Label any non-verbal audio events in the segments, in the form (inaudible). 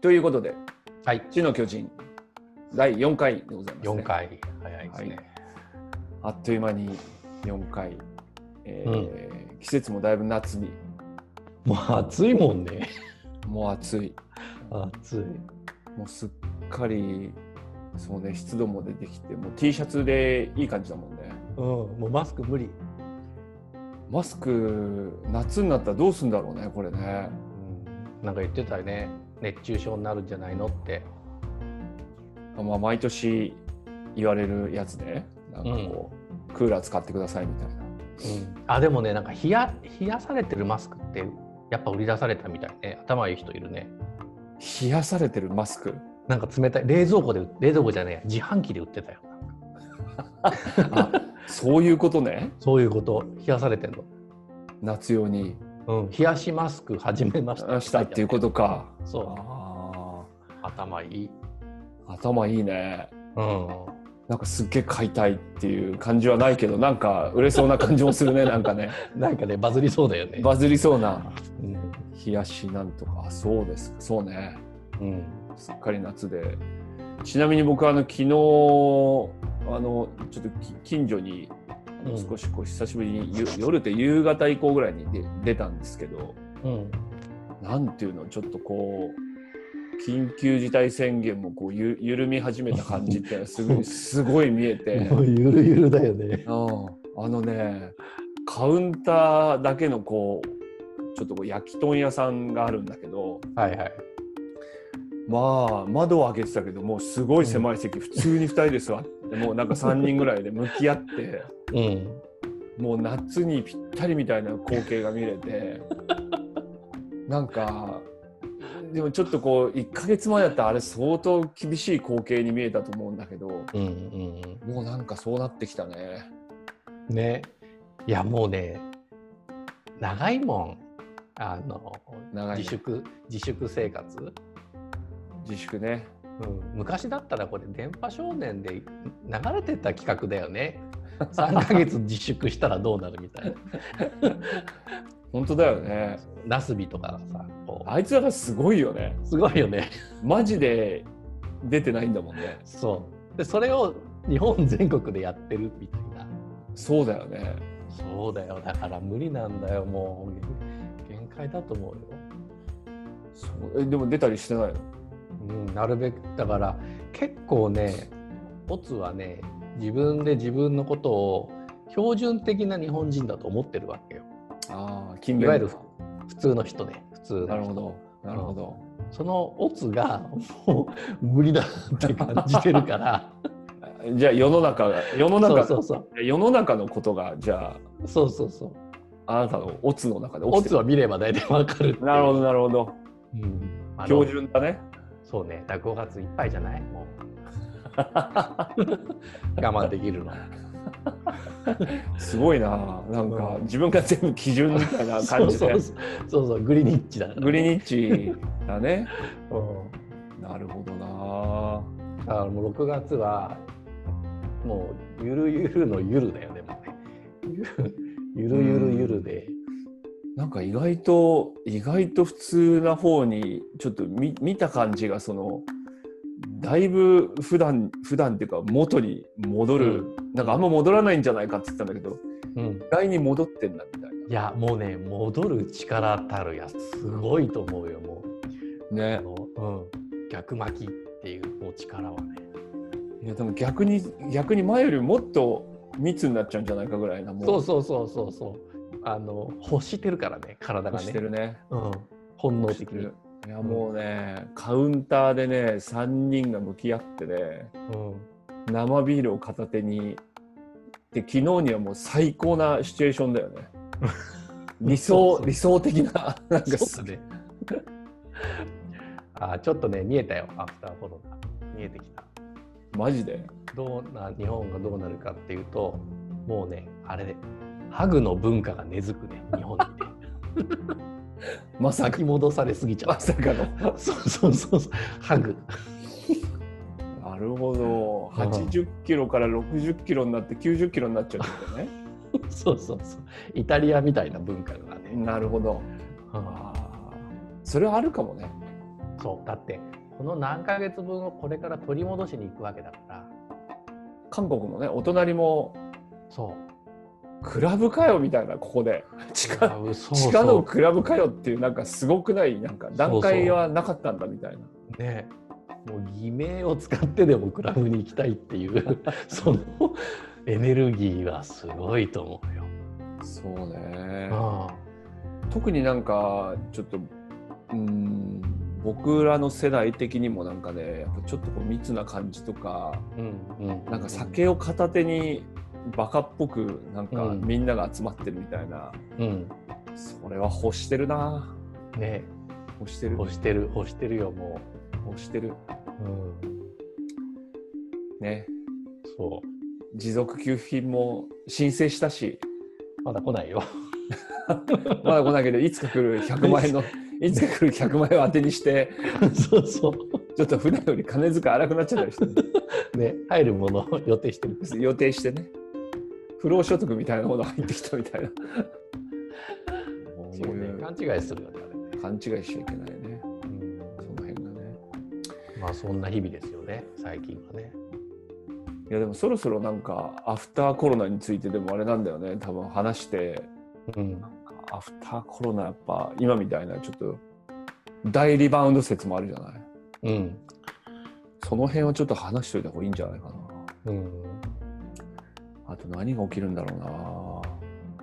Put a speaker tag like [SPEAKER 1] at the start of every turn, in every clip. [SPEAKER 1] ということで、
[SPEAKER 2] はい。
[SPEAKER 1] 死の巨人、第4回でございます、ね。
[SPEAKER 2] 4。回。早いですね。
[SPEAKER 1] あっという間に4回。えー季節もだいぶ夏に、
[SPEAKER 2] もう暑いもんね。
[SPEAKER 1] もう暑い。
[SPEAKER 2] (laughs) 暑い。
[SPEAKER 1] もうすっかり、そうね、湿度も出てきて、もう T シャツでいい感じだもんね。
[SPEAKER 2] うん。もうマスク無理。
[SPEAKER 1] マスク、夏になったらどうすんだろうね、これね。
[SPEAKER 2] うん。なんか言ってたよね。熱中症になるんじゃないのって。
[SPEAKER 1] まあ、毎年言われるやつで、なんかこう、クーラー使ってくださいみたいな。
[SPEAKER 2] うん。あ、でもね、なんか冷や、冷やされてるマスクって、やっぱ売り出されたみたいね。頭いい人いるね。
[SPEAKER 1] 冷やされてるマスク。
[SPEAKER 2] なんか冷たい。冷蔵庫で売、冷蔵庫じゃねえや。自販機で売ってたよ。
[SPEAKER 1] あそういうことね。
[SPEAKER 2] そういうこと。冷やされてんの。
[SPEAKER 1] 夏用に
[SPEAKER 2] うん。冷やしマスク始めました。
[SPEAKER 1] したっていうことか。
[SPEAKER 2] そ
[SPEAKER 1] あ
[SPEAKER 2] う。頭いい。
[SPEAKER 1] ー頭いいね。
[SPEAKER 2] うん。
[SPEAKER 1] なんかすっげえ買いたいっていう感じはないけど、なんか売れそうな感じもする
[SPEAKER 2] (laughs)
[SPEAKER 1] ね、なんかね。
[SPEAKER 2] (laughs) なんかね、バズりそうだよね。
[SPEAKER 1] バズりそうな。
[SPEAKER 2] うん
[SPEAKER 1] 冷やしなんとか。あ、そうですか。そうね。
[SPEAKER 2] うん。
[SPEAKER 1] すっかり夏で。ちなみに僕はあの昨日あのちょっとき近所にあの
[SPEAKER 2] うん
[SPEAKER 1] 少しこう久しぶりにゆ夜って夕方以降ぐらいに出出たんですけど
[SPEAKER 2] うん。
[SPEAKER 1] なんていうのちょっとこう緊急事態宣言もこうゆ緩み始めた感じってのはすごいすごい見えて
[SPEAKER 2] もうゆるゆるだよね。
[SPEAKER 1] うんあのねカウンターだけのこうちょっとこう焼き豚屋さんがあるんだけど
[SPEAKER 2] はいはい。
[SPEAKER 1] まあ窓を開けてたけどもうすごい狭い席、普通に2人で座ってもうなんか3人ぐらいで向き合って
[SPEAKER 2] うん。
[SPEAKER 1] もう夏にぴったりみたいな光景が見れてなんかでもちょっとこう1ヶ月前だったらあれ相当厳しい光景に見えたと思うんだけど
[SPEAKER 2] うんうん
[SPEAKER 1] もうなんかそうなってきたね
[SPEAKER 2] うん。ね。いやもうね、長いもん。あの、
[SPEAKER 1] 長いね
[SPEAKER 2] 自粛、自粛生活。
[SPEAKER 1] 自粛ね
[SPEAKER 2] うん、昔だったらこれ「電波少年」で流れてた企画だよね3 (laughs) ヶ月自粛したらどうなるみたいな
[SPEAKER 1] 本当だよね
[SPEAKER 2] ナスビとかさこ
[SPEAKER 1] あいつらがすごいよね
[SPEAKER 2] うすごいよね
[SPEAKER 1] マジで出てないんだもんね
[SPEAKER 2] そうでそれを日本全国でやってるみたいな
[SPEAKER 1] そうだよね
[SPEAKER 2] そうだよだから無理なんだよもう限界だと思うよ、
[SPEAKER 1] そうえでも出たりしてないの
[SPEAKER 2] うん、なるべくだから結構ねオツはね自分で自分のことを標準的な日本人だと思ってるわけよ
[SPEAKER 1] ああ勤勉
[SPEAKER 2] いわゆる普通の人ね普通の人
[SPEAKER 1] なるほどなるほど
[SPEAKER 2] そのオツがもう無理だって感じてるから
[SPEAKER 1] (laughs) じゃあ世の中が世の中
[SPEAKER 2] そうそう
[SPEAKER 1] 世の中のことがじゃ
[SPEAKER 2] そうそうそうそう
[SPEAKER 1] ああなたのオツの中で
[SPEAKER 2] オ
[SPEAKER 1] 起きて
[SPEAKER 2] ツは見れば大体わかるっていう
[SPEAKER 1] なるほどなるほど
[SPEAKER 2] うん、あの
[SPEAKER 1] 標準だね
[SPEAKER 2] そうね、だから5月いっぱいじゃない
[SPEAKER 1] (laughs)
[SPEAKER 2] もう。我慢できるの。
[SPEAKER 1] すごいななんか
[SPEAKER 2] うん
[SPEAKER 1] 自分が全部基準みたいな感じ
[SPEAKER 2] そ
[SPEAKER 1] で
[SPEAKER 2] うそうそうそう、グリニッチだから。
[SPEAKER 1] グリニッチだね
[SPEAKER 2] うん
[SPEAKER 1] なるほどな
[SPEAKER 2] だからもう6月は、もうゆるゆるのゆるだよね、もうね。ゆるゆるゆるゆるで。
[SPEAKER 1] なんか意外と意外と普通な方にちょっと見見た感じがそのだいぶ普段普段っていうか元に戻る、なんかあんま戻らないんじゃないかって言ってたんだけど
[SPEAKER 2] うん
[SPEAKER 1] 意外に戻ってんなみたい
[SPEAKER 2] いや、もうね、戻る力たるや、すごいと思うよ、もう。
[SPEAKER 1] な
[SPEAKER 2] あのうん、逆巻きっていうもう力はね。
[SPEAKER 1] いやでも逆に逆に前よりもっと密になっちゃうんじゃないかぐらいなも
[SPEAKER 2] そうそうそうそうそう。あの欲してるからね、体がね。
[SPEAKER 1] してるね。
[SPEAKER 2] うん、本能的に。
[SPEAKER 1] いやもうね、カウンターでね3人が向き合ってね
[SPEAKER 2] うん
[SPEAKER 1] 生ビールを片手にで昨日にはもう最高なシチュエーションだよ
[SPEAKER 2] (laughs)
[SPEAKER 1] ね理想
[SPEAKER 2] そうそう
[SPEAKER 1] 理想的ななんか
[SPEAKER 2] そうだね。 (laughs) あ、ちょっとね、見えたよ、アフターコロナ。見えてきた。
[SPEAKER 1] マジで
[SPEAKER 2] どうな、日本がどうなるかっていうと、もうね、あれね、ハグの文化が根付くね、日本に (laughs) ね。
[SPEAKER 1] まさか
[SPEAKER 2] 先戻されすぎちゃ
[SPEAKER 1] ま
[SPEAKER 2] う。
[SPEAKER 1] さかの
[SPEAKER 2] (laughs) そうそうそうそう、ハグ。
[SPEAKER 1] なるほど80キロから60キロになって90キロになっちゃうってことね
[SPEAKER 2] そうそうそう。イタリアみたいな文化がね。
[SPEAKER 1] なるほど
[SPEAKER 2] うん
[SPEAKER 1] あーそれはあるかもね
[SPEAKER 2] そうだってこの何ヶ月分をこれから取り戻しに行くわけだから
[SPEAKER 1] 韓国のねお隣も
[SPEAKER 2] そう
[SPEAKER 1] クラブかよみたいなここで地
[SPEAKER 2] あ
[SPEAKER 1] 下
[SPEAKER 2] そう
[SPEAKER 1] 地下のクラブかよっていうなんかすごくないなんか段階はなかったんだみたいな
[SPEAKER 2] ねもう偽名を使ってでもクラブに行きたいっていう
[SPEAKER 1] (laughs)
[SPEAKER 2] そのエネルギーはすごいと思うよ。
[SPEAKER 1] そうね
[SPEAKER 2] あ
[SPEAKER 1] 特になんかちょっとうん僕らの世代的にもなんかねやっぱちょっとこう密な感じとか
[SPEAKER 2] うん
[SPEAKER 1] なんか酒を片手にバカっぽくなんかみんなが集まってるみたいな、
[SPEAKER 2] うん
[SPEAKER 1] それは欲してるな
[SPEAKER 2] ね
[SPEAKER 1] 欲してる
[SPEAKER 2] 押してる押してるよも
[SPEAKER 1] 欲してる
[SPEAKER 2] う、うん、
[SPEAKER 1] ね
[SPEAKER 2] そ
[SPEAKER 1] 持続給付金も申請したし
[SPEAKER 2] うまだ来ないよ (laughs)
[SPEAKER 1] まだ来ないけどいつか来る100万円のいつか来る100万円を当てにして
[SPEAKER 2] そうそう
[SPEAKER 1] ちょっと普段より金遣い荒くなっちゃったりして
[SPEAKER 2] ね入るものを予定してる
[SPEAKER 1] 予定してね不労所得みたいなものが入ってきたみたいなそう
[SPEAKER 2] そう
[SPEAKER 1] い
[SPEAKER 2] ね
[SPEAKER 1] う
[SPEAKER 2] 勘違いするよねあれね
[SPEAKER 1] 勘違いしちゃいけないねその辺がね
[SPEAKER 2] うんまあそんな日々ですよね最近はね
[SPEAKER 1] いやでもそろそろなんかアフターコロナについてでもあれなんだよね多分話して
[SPEAKER 2] うん
[SPEAKER 1] アフターコロナやっぱ今みたいなちょっと大リバウンド説もあるじゃない
[SPEAKER 2] うん
[SPEAKER 1] その辺はちょっと話しといた方がいいんじゃないかな
[SPEAKER 2] うん
[SPEAKER 1] あと何が起きるんだろ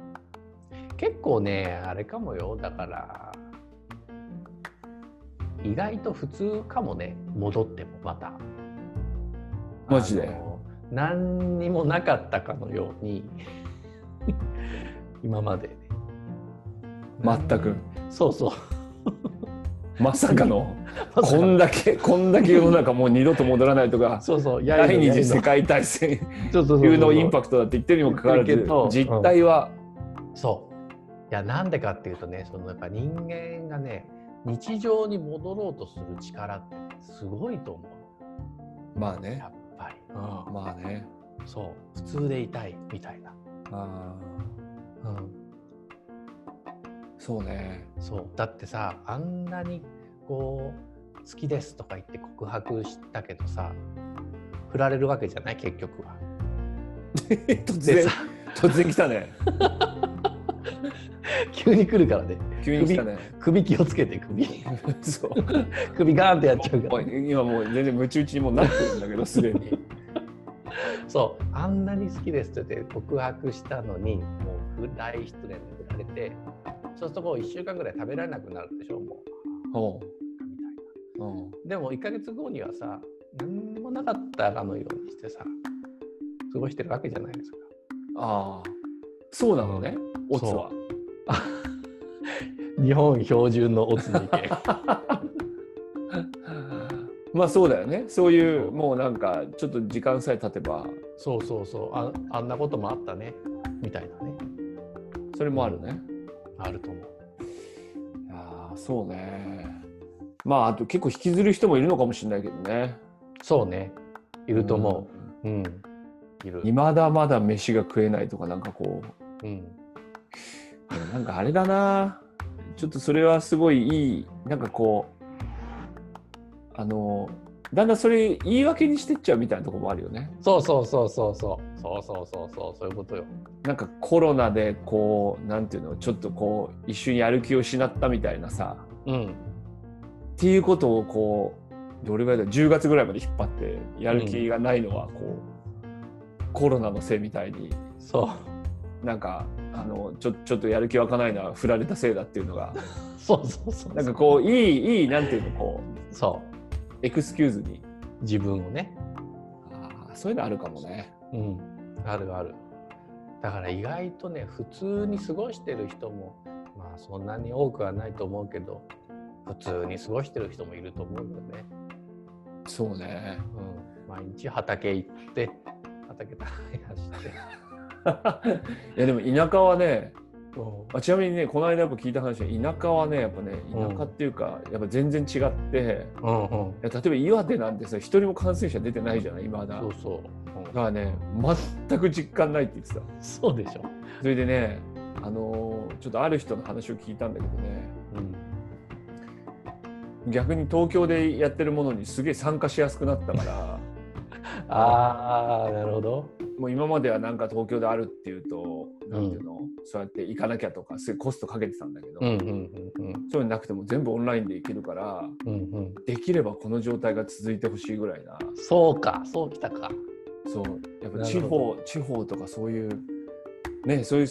[SPEAKER 2] (laughs) 結構ねあれかもよだから意外と普通かもね戻ってもまた
[SPEAKER 1] マジで
[SPEAKER 2] あの何にもなかったかのように (laughs) 今までね
[SPEAKER 1] うな全く
[SPEAKER 2] そうそう
[SPEAKER 1] まさかのこんだけこんだけ世の中もう二度と戻らないと
[SPEAKER 2] (laughs)
[SPEAKER 1] か
[SPEAKER 2] そうそうや
[SPEAKER 1] 第
[SPEAKER 2] いの
[SPEAKER 1] 二
[SPEAKER 2] やい
[SPEAKER 1] 次
[SPEAKER 2] の
[SPEAKER 1] 世界大戦
[SPEAKER 2] そうそうそう
[SPEAKER 1] 級のインパクトだって言ってるにもかかわら
[SPEAKER 2] 言って
[SPEAKER 1] ず
[SPEAKER 2] るけど
[SPEAKER 1] 実態は
[SPEAKER 2] そういやなんでかっていうとねそのやっぱ人間がね日常に戻ろうとする力ってね、すごいと思
[SPEAKER 1] まあ
[SPEAKER 2] う
[SPEAKER 1] ね
[SPEAKER 2] やっぱり、
[SPEAKER 1] まあね
[SPEAKER 2] そう普通でいたいみたいな、
[SPEAKER 1] あーそう
[SPEAKER 2] (laughs)
[SPEAKER 1] ね
[SPEAKER 2] そうだってさあんなにこう好きですとか言って告白したけどさ振られるわけじゃない結局は。
[SPEAKER 1] 突
[SPEAKER 2] で
[SPEAKER 1] 然
[SPEAKER 2] さ
[SPEAKER 1] 突然来たね
[SPEAKER 2] (laughs) 急に来るからね
[SPEAKER 1] 急に来たね
[SPEAKER 2] 首気をつけて (laughs) 首
[SPEAKER 1] そう
[SPEAKER 2] 首ガーンってやっちゃうか
[SPEAKER 1] お
[SPEAKER 2] ら
[SPEAKER 1] い今もう全然ムチ打ちにもうなってるんだけどすで
[SPEAKER 2] (laughs)
[SPEAKER 1] に
[SPEAKER 2] そうあんなに好きですって言って告白したのにもう大失恋で振られてそうするとこう1週間ぐらい食べられなくなるでしょも
[SPEAKER 1] おう
[SPEAKER 2] うみたいな。
[SPEAKER 1] おう
[SPEAKER 2] でも1ヶ月後にはさ何もなかったかのようにしてさ過ごしてるわけじゃないですか。
[SPEAKER 1] ああそうなのねオツは
[SPEAKER 2] 日本標準のオツ事件
[SPEAKER 1] まあそうだよねそういう
[SPEAKER 2] そう
[SPEAKER 1] もうなんかちょっと時間さえ経てば
[SPEAKER 2] (laughs) そうそうそうああんなこともあったねみたいなね
[SPEAKER 1] それもあるね、
[SPEAKER 2] あると思う。
[SPEAKER 1] ああそうねまああと結構引きずる人もいるのかもしれないけどね
[SPEAKER 2] そうねい
[SPEAKER 1] い
[SPEAKER 2] ると思う。うん、いる。
[SPEAKER 1] いまだまだ飯が食えないとかなんかこ
[SPEAKER 2] うん、
[SPEAKER 1] うなんかあれだなちょっとそれはすごいいいなんかこうあのだんだんそれ言い訳にしてっちゃうみたいなとこもあるよね
[SPEAKER 2] そうそうそうそうそうそうそうそうそうそういうことよ。
[SPEAKER 1] なんかコロナでこうなんていうのちょっとこう一瞬やる気を失ったみたいなさ
[SPEAKER 2] う
[SPEAKER 1] っ
[SPEAKER 2] ん
[SPEAKER 1] ていうことをこうどれぐらいだ10月ぐらいまで引っ張ってやる気がないのはこう、コロナのせいみたいに
[SPEAKER 2] そう
[SPEAKER 1] なんかあのちょちょっとやる気湧かないのは振られたせいだっていうのが (laughs)
[SPEAKER 2] そうそうそう
[SPEAKER 1] なんかこういいいいなんていうのこ
[SPEAKER 2] そう
[SPEAKER 1] エクスキューズに
[SPEAKER 2] う自分をね。
[SPEAKER 1] あーそういうのあるかもね
[SPEAKER 2] うん、あるある。だから意外とね普通に過ごしてる人もまあそんなに多くはないと思うけど普通に過ごしてる人もいると思うよね。
[SPEAKER 1] そうね (laughs)
[SPEAKER 2] うん、毎日畑行って畑耕して。
[SPEAKER 1] いやでも田舎はね
[SPEAKER 2] うん
[SPEAKER 1] あちなみにねこの間やっぱ聞いた話は田舎はねやっぱね田舎っていうか、やっぱ全然違ってい
[SPEAKER 2] うんうん、
[SPEAKER 1] や例えば岩手なんてさ一人も感染者出てないじゃない今だ
[SPEAKER 2] そうそう、
[SPEAKER 1] だからね全く実感ないって言ってた
[SPEAKER 2] うんそうでしょ。
[SPEAKER 1] それでねあのーちょっとある人の話を聞いたんだけどね
[SPEAKER 2] うん、
[SPEAKER 1] 逆に東京でやってるものにすげえ参加しやすくなった
[SPEAKER 2] (laughs)
[SPEAKER 1] から
[SPEAKER 2] ああなるほど
[SPEAKER 1] もう今まではなんか東京であるっていうとなんていうの、そうやって行かなきゃとかすごいコストかけてたんだけど、
[SPEAKER 2] うんうんうん
[SPEAKER 1] そういうのなくても全部オンラインで行けるから
[SPEAKER 2] うんうんうん
[SPEAKER 1] できればこの状態が続いてほしいぐらいな
[SPEAKER 2] そうかそうきたか
[SPEAKER 1] そうやっぱ
[SPEAKER 2] な
[SPEAKER 1] 地
[SPEAKER 2] る
[SPEAKER 1] 方
[SPEAKER 2] ほ
[SPEAKER 1] 地方とかそういうねそういう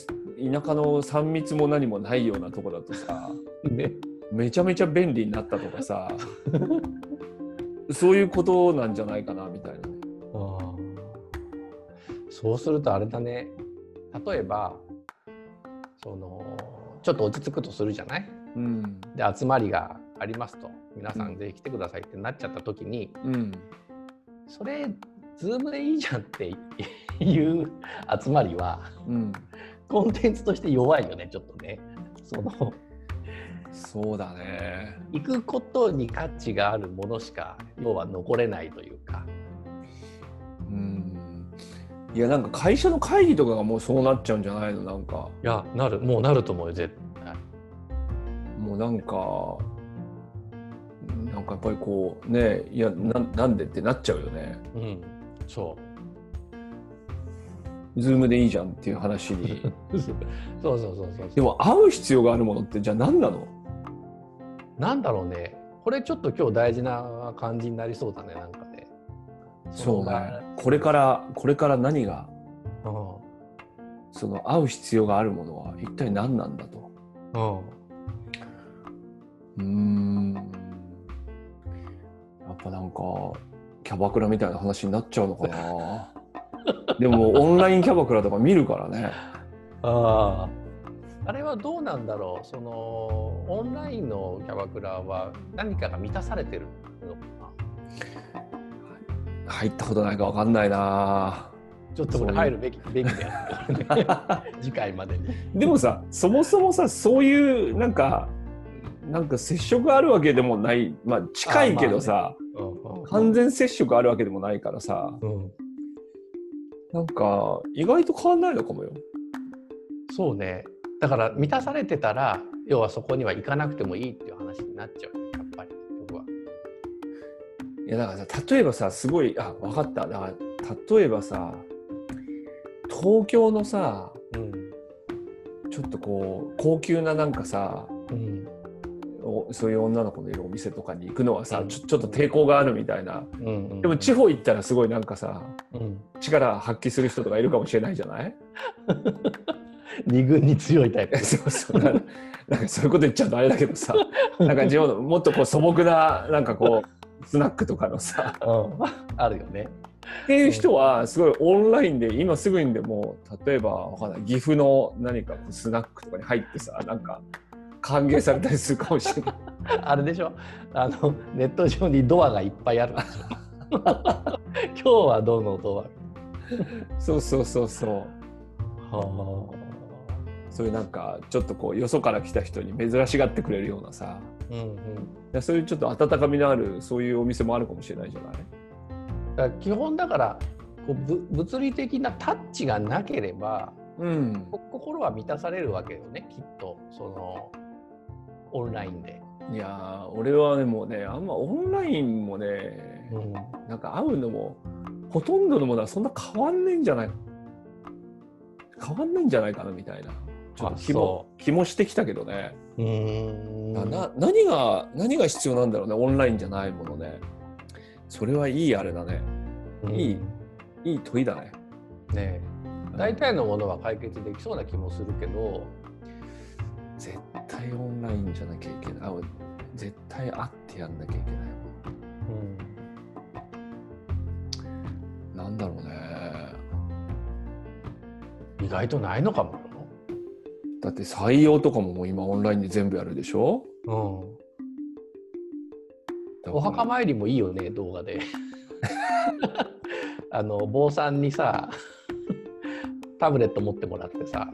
[SPEAKER 1] 田舎の3密も何もないようなとこだとさ
[SPEAKER 2] ね
[SPEAKER 1] めちゃめちゃ便利になったとかさそういうことなんじゃないかなみたいな。
[SPEAKER 2] ああそうするとあれだね例えばそのちょっと落ち着くとするじゃない
[SPEAKER 1] うん
[SPEAKER 2] で集まりがありますと皆さんぜひ来てくださいってなっちゃった時に
[SPEAKER 1] うん、
[SPEAKER 2] それズームでいいじゃんっていう (laughs) 集まりは
[SPEAKER 1] うん、
[SPEAKER 2] コンテンツとして弱いよねちょっとねその
[SPEAKER 1] そうだね
[SPEAKER 2] 行くことに価値があるものしか要は残れないというか
[SPEAKER 1] うんいやなんか会社の会議とかがもうそうなっちゃうんじゃないのなんか
[SPEAKER 2] いやなるもうなると思うよ絶対
[SPEAKER 1] もうなんかなんかやっぱりこうねいやななんでってなっちゃうよね
[SPEAKER 2] うんそう
[SPEAKER 1] ズームでいいじゃんっていう話に
[SPEAKER 2] そうそうそうそう
[SPEAKER 1] で
[SPEAKER 2] でも
[SPEAKER 1] も会う必要があるものってじゃあ何なの
[SPEAKER 2] なんだろうねこれちょっと今日大事な感じになりそうだねなんかね
[SPEAKER 1] そうねこれからこれから何が
[SPEAKER 2] うん
[SPEAKER 1] その会う必要があるものは一体何なんだと
[SPEAKER 2] うん
[SPEAKER 1] うーんやっぱなんかキャバクラみたいな話になっちゃうのかな (laughs) でもオンラインキャバクラとか見るからね
[SPEAKER 2] あああれはどうなんだろうそのオンラインのキャバクラは何かが満たされてるのかな
[SPEAKER 1] 入ったことないか分かんないな
[SPEAKER 2] ちょっとこれ入るべきべきだよ、
[SPEAKER 1] (laughs)
[SPEAKER 2] ね、次回までに
[SPEAKER 1] でもさそもそもさそういうなんかなんか接触あるわけでもないまあ近いけどさ、
[SPEAKER 2] うんうん
[SPEAKER 1] 完全接触あるわけでもないからさ
[SPEAKER 2] うん
[SPEAKER 1] なんか意外と変わんないのかもよ
[SPEAKER 2] そうねだから満たされてたら要はそこには行かなくてもいいっていう話になっちゃうやっぱり僕はい
[SPEAKER 1] やだからさ例えばさすごいあ分かっただから例えばさ東京のさ
[SPEAKER 2] うん
[SPEAKER 1] ちょっとこう高級ななんかさ
[SPEAKER 2] うん
[SPEAKER 1] おそういう女の子のいるお店とかに行くのはさ、
[SPEAKER 2] うん
[SPEAKER 1] ちょちょっと抵抗があるみたいなで
[SPEAKER 2] で
[SPEAKER 1] も地、方行ったらすごいなんかさ
[SPEAKER 2] うん、
[SPEAKER 1] 力発揮する人とかいるかもしれないじゃない (laughs)
[SPEAKER 2] 二軍に強いタイプ。
[SPEAKER 1] そうそうなんかなんかそういうこと言っちゃうとあれだけどさなんか地方のもっとこう素朴ななんかこうスナックとかのさ
[SPEAKER 2] うん、あるよね。
[SPEAKER 1] っていう人はすごいオンラインで今すぐにでも例えばわかんない岐阜の何かこうスナックとかに入ってさなんか歓迎されたりするかもしれない
[SPEAKER 2] あれでしょあのネット上にドアがいっぱいあるでし (laughs) ょ今日はどのド
[SPEAKER 1] そうそうそうそう
[SPEAKER 2] アは
[SPEAKER 1] そういうなんかちょっとこうよそから来た人に珍しがってくれるようなさ
[SPEAKER 2] あ、うんうん、
[SPEAKER 1] いやそういうちょっと温かみのあるそういうお店もあるかもしれないじゃない
[SPEAKER 2] だから基本だからこうぶ物理的なタッチがなければ
[SPEAKER 1] うん
[SPEAKER 2] こ心は満たされるわけよねきっとそのオンラインで。
[SPEAKER 1] いやー俺はねもうねあんまオンラインもね、
[SPEAKER 2] ん、
[SPEAKER 1] なんか会うのもほとんどのものはそんな変わんねえんじゃない変わんないんじゃないかなみたいなちょっと気
[SPEAKER 2] あ
[SPEAKER 1] も
[SPEAKER 2] そ
[SPEAKER 1] 気もしてきたけどね、
[SPEAKER 2] うーん
[SPEAKER 1] なな何が何が必要なんだろうねオンラインじゃないものねそれはいいあれだねいいいい問いだね
[SPEAKER 2] ね大体のものは解決できそうな気もするけど、
[SPEAKER 1] 絶対オンラインじゃなきゃいけないあ絶対会ってやんなきゃいけないなんだろうね
[SPEAKER 2] 意外とないのかも
[SPEAKER 1] だって採用とかももう今オンラインで全部やるでしょ
[SPEAKER 2] よ。お墓参りもいいよね動
[SPEAKER 1] (laughs)
[SPEAKER 2] 画で。あの坊さんにさタブレット持ってもらってさ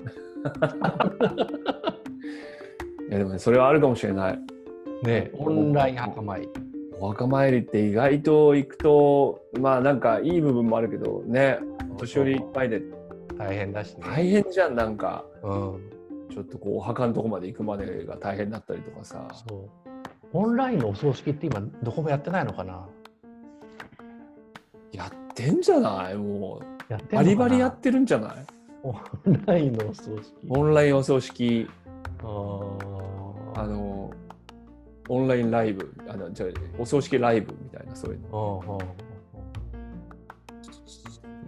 [SPEAKER 1] いやでもねそれはあるかもしれない
[SPEAKER 2] ねオンライン墓参り。
[SPEAKER 1] お墓参りって意外と行くとまあなんかいい部分もあるけどね年寄りいっぱいで
[SPEAKER 2] 大変だしね。
[SPEAKER 1] 大変じゃんなんか
[SPEAKER 2] うん、
[SPEAKER 1] ちょっとこうお墓のとこまで行くまでが大変だったりとかさ
[SPEAKER 2] そうオンラインのお葬式って今どこもやってないのかな
[SPEAKER 1] やってんじゃないもう
[SPEAKER 2] やってん
[SPEAKER 1] バ
[SPEAKER 2] のかな
[SPEAKER 1] リバリやってるんじゃない
[SPEAKER 2] オンラインのお葬式
[SPEAKER 1] オンラインお葬式
[SPEAKER 2] あ
[SPEAKER 1] あ
[SPEAKER 2] ー
[SPEAKER 1] のオンラインライブあのじゃあお葬式ライブみたいなそういうの
[SPEAKER 2] うんうんうん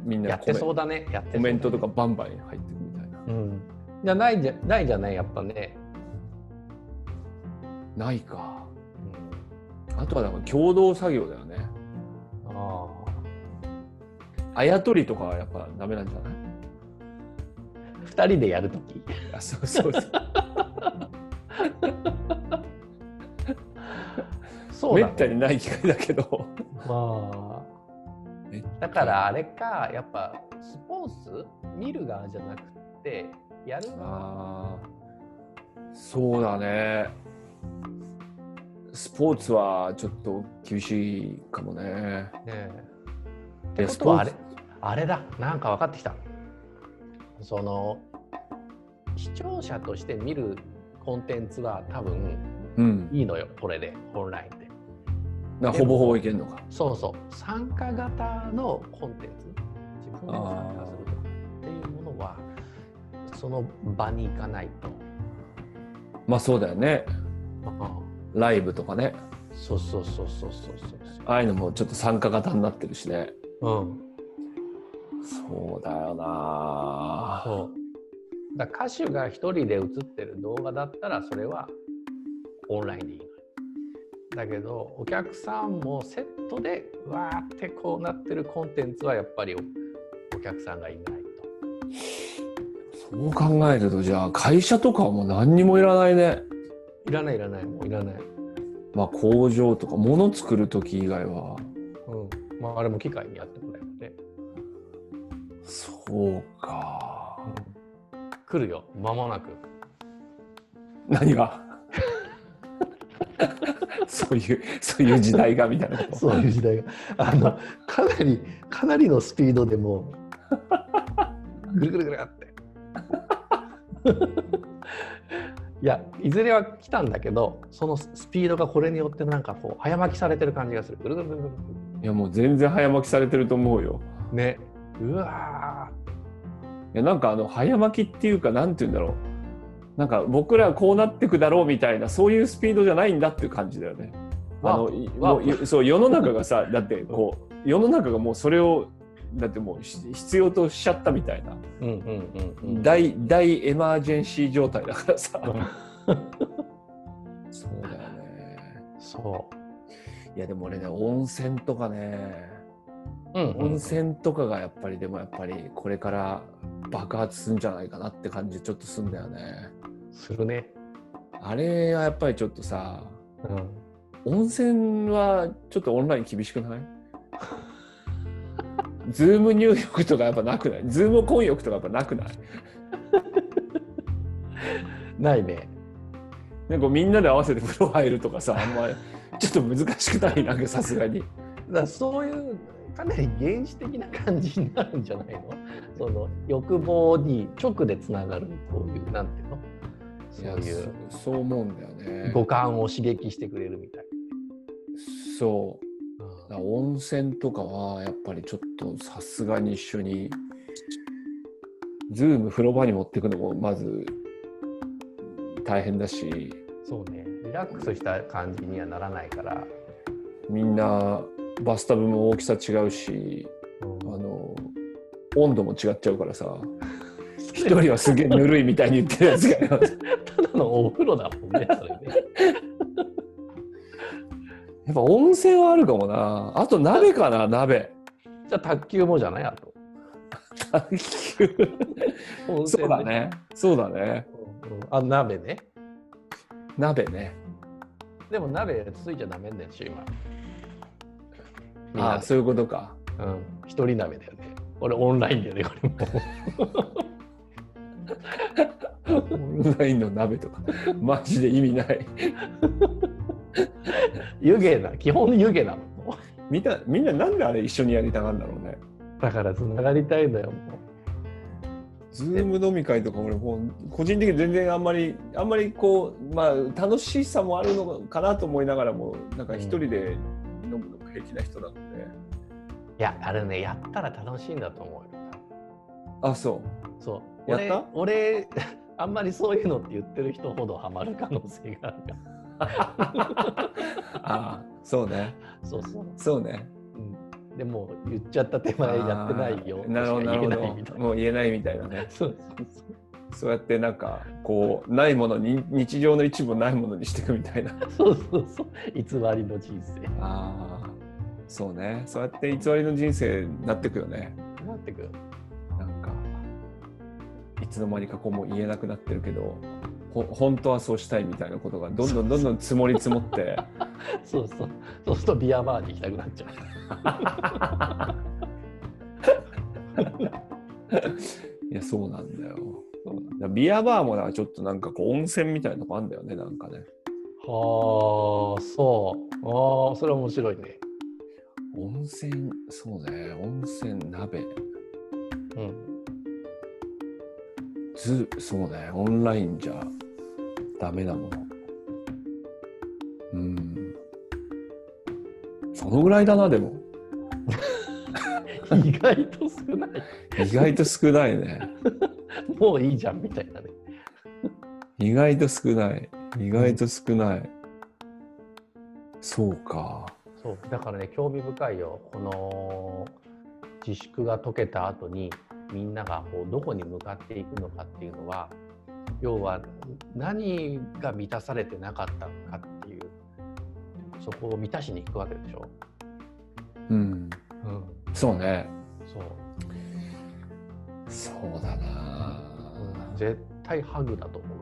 [SPEAKER 1] みん
[SPEAKER 2] うんや
[SPEAKER 1] な
[SPEAKER 2] っ
[SPEAKER 1] コ
[SPEAKER 2] て
[SPEAKER 1] メ
[SPEAKER 2] そうだねやって
[SPEAKER 1] コ
[SPEAKER 2] そうだね
[SPEAKER 1] メントとかバンバン入ってくみたいな
[SPEAKER 2] うんじゃないじゃないじゃないやっぱね、
[SPEAKER 1] ないか
[SPEAKER 2] うん
[SPEAKER 1] あとはだから共同作業だよね
[SPEAKER 2] あ
[SPEAKER 1] あやとりとかはやっぱダメなんじゃない
[SPEAKER 2] (laughs) あ2人でやるとき
[SPEAKER 1] あそうそうそう
[SPEAKER 2] そう
[SPEAKER 1] め
[SPEAKER 2] だ、
[SPEAKER 1] ったにない機会だけど
[SPEAKER 2] ま
[SPEAKER 1] めっ
[SPEAKER 2] あだからあれかやっぱスポーツ見る側じゃなくてやる側
[SPEAKER 1] あーそうだねスポーツはちょっと厳しいかもね
[SPEAKER 2] ね
[SPEAKER 1] い
[SPEAKER 2] え
[SPEAKER 1] や
[SPEAKER 2] こ
[SPEAKER 1] ス
[SPEAKER 2] と
[SPEAKER 1] ポ
[SPEAKER 2] はあ
[SPEAKER 1] ー
[SPEAKER 2] れ
[SPEAKER 1] ツ
[SPEAKER 2] あれだなんか分かってきたその視聴者として見るコンテンツは多分
[SPEAKER 1] うん
[SPEAKER 2] いいのよこれでオンラインで
[SPEAKER 1] なほぼほぼいけるのか
[SPEAKER 2] そうそう参加型のコンテンツ自分で参加するとかっていうものはその場に行かないと
[SPEAKER 1] まあそうだよね
[SPEAKER 2] あ
[SPEAKER 1] ライブとかね
[SPEAKER 2] そうそうそうそうそう
[SPEAKER 1] ああいうのもちょっと参加型になってるしね
[SPEAKER 2] そううん
[SPEAKER 1] そうだよな
[SPEAKER 2] そうだから歌手が一人で映ってる動画だったらそれはオンラインでいいのよだけどお客さんもセットでわーってこうなってるコンテンツはやっぱりおお客さんがいない
[SPEAKER 1] そう考えるとじゃあ会社とかはもう何にもいらないね
[SPEAKER 2] といらないいらないもういらない
[SPEAKER 1] まあ工場とか物作る時以外は
[SPEAKER 2] うんまああれも機械にやってもらえばね
[SPEAKER 1] そうか
[SPEAKER 2] 来るよ間もなく
[SPEAKER 1] 何がそういうそういう時代がみたいなこと
[SPEAKER 2] そういう時代があのかなりかなりのスピードでもうぐるぐるぐるっていやいずれは来たんだけどそのスピードがこれによってなんかこう早巻きされてる感じがするぐるぐるぐるぐる
[SPEAKER 1] いやもう全然早巻きされてると思うよ
[SPEAKER 2] ねうわ
[SPEAKER 1] いやなんかあの早巻きっていうかなんて言うんだろうなんか僕らこうなってくだろうみたいなそういうスピードじゃないんだっていう感じだよねあのい
[SPEAKER 2] わ
[SPEAKER 1] もういそう世の中がさだってこう世の中がもうそれをだってもうし必要としちゃったみたいな、
[SPEAKER 2] ーうんうんうんうん
[SPEAKER 1] 大大エマージェンシー状態だからさそうだよね
[SPEAKER 2] そ
[SPEAKER 1] いやでも俺ね温泉とかね
[SPEAKER 2] う、うんうん
[SPEAKER 1] 温泉とかがやっぱりでもやっぱりこれから爆発するんじゃないかなって感じちょっとすんだよね
[SPEAKER 2] するね、
[SPEAKER 1] あれはやっぱりちょっとさ
[SPEAKER 2] うん、
[SPEAKER 1] 温泉はちょっとオンライン厳しくない
[SPEAKER 2] (laughs)
[SPEAKER 1] ズーム入浴とかやっぱなくないズーム混浴とかやっぱなくない
[SPEAKER 2] ないね
[SPEAKER 1] なんかみんなで合わせて風呂入るとかさあんまりちょっと難しくないなんかさすがに
[SPEAKER 2] だからそういうかなり原始的な感じになるんじゃ
[SPEAKER 1] (laughs)
[SPEAKER 2] ないのその欲望に直でつながるこういうなんていうのそうい
[SPEAKER 1] や
[SPEAKER 2] う
[SPEAKER 1] そそう思うんだよね
[SPEAKER 2] 五感を刺激してくれるみたい
[SPEAKER 1] そうだか
[SPEAKER 2] な
[SPEAKER 1] ら温泉とかはやっぱりちょっとさすがに一緒にズーム風呂場に持ってくのもまず大変だし
[SPEAKER 2] そうねリラックスした感じにはならないから、
[SPEAKER 1] みんなバスタブも大きさ違うしあの温度も違っちゃうからさ一
[SPEAKER 2] 一
[SPEAKER 1] 人はすげえぬるいみたいに言ってるやつがや
[SPEAKER 2] ただのお風呂だもんね
[SPEAKER 1] (laughs)
[SPEAKER 2] それね
[SPEAKER 1] っぱ温泉はあるかもなあと鍋かな鍋
[SPEAKER 2] じゃあ卓球もじゃないあと
[SPEAKER 1] 卓球
[SPEAKER 2] 温泉
[SPEAKER 1] そうだねそうだね
[SPEAKER 2] うんうんあ鍋ね
[SPEAKER 1] 鍋ね
[SPEAKER 2] でも鍋ついちゃダメなんでしょ今みんな
[SPEAKER 1] ああ
[SPEAKER 2] で
[SPEAKER 1] そういうことか (laughs)
[SPEAKER 2] うん、一人鍋だよね。俺オンラインだよね、
[SPEAKER 1] オンラインの鍋とかマジで意味ない
[SPEAKER 2] 湯気な、基本湯気なの。 (laughs)
[SPEAKER 1] みんなみんななんであれ一緒にやりたがるんだろうね
[SPEAKER 2] だから繋がりたいのよ、も
[SPEAKER 1] ズーム飲み会とか俺もう個人的に全然あんまりあんまりこうまあ楽しさもあるのかなと思いながらもなんか一人で飲むのも平気な人なので、
[SPEAKER 2] いやあれねやったら楽しいんだと思うよ
[SPEAKER 1] あそ
[SPEAKER 2] そう
[SPEAKER 1] やっ
[SPEAKER 2] 俺
[SPEAKER 1] た
[SPEAKER 2] 俺 (laughs) あんまりそういうのって言ってる人ほどハマる可能性があるか
[SPEAKER 1] う
[SPEAKER 2] ら
[SPEAKER 1] あそうね
[SPEAKER 2] そうそう、
[SPEAKER 1] そうね
[SPEAKER 2] うん、でも言っちゃった手前やってないよ
[SPEAKER 1] あーなるほどなるほ
[SPEAKER 2] しか言えないみた
[SPEAKER 1] ど
[SPEAKER 2] いな
[SPEAKER 1] もう言えないみたいなね
[SPEAKER 2] そうそうそう
[SPEAKER 1] そうやってなんかこうないものに日常の一部をないものにしていくみたいな
[SPEAKER 2] そうそうそう偽りの人生
[SPEAKER 1] ああそうねそうやって偽りの人生になってくよね
[SPEAKER 2] なってくる
[SPEAKER 1] なんかいつの間にかこうもう言えなくなってるけどほ本当はそうしたいみたいなことがどんどんどんどん積もり積もって (laughs)
[SPEAKER 2] そうそうそうするとビアバーに行きたくなっちゃう
[SPEAKER 1] いやそうなんだよだからビアバーもなちょっとなんかこう温泉みたいなとこあんだよねなんかね
[SPEAKER 2] はあそうああそれは面白いね
[SPEAKER 1] 温泉そうね温泉鍋
[SPEAKER 2] うん
[SPEAKER 1] ずそうねオンラインじゃダメなものうんそのぐらいだなでも
[SPEAKER 2] 意外と少ない
[SPEAKER 1] 意外と少ないね
[SPEAKER 2] もういいじゃんみたいなね
[SPEAKER 1] 意外と少ない意外と少ないそうか
[SPEAKER 2] そうだからね興味深いよこの自粛が解けた後にみんながこうどこに向かっていくのかっていうのは要は何が満たされてなかったのかっていうそこを満たしに行くわけでしょ。
[SPEAKER 1] うん
[SPEAKER 2] うん、
[SPEAKER 1] そうね
[SPEAKER 2] そう、
[SPEAKER 1] そうだな
[SPEAKER 2] うん、絶対ハグだと思う。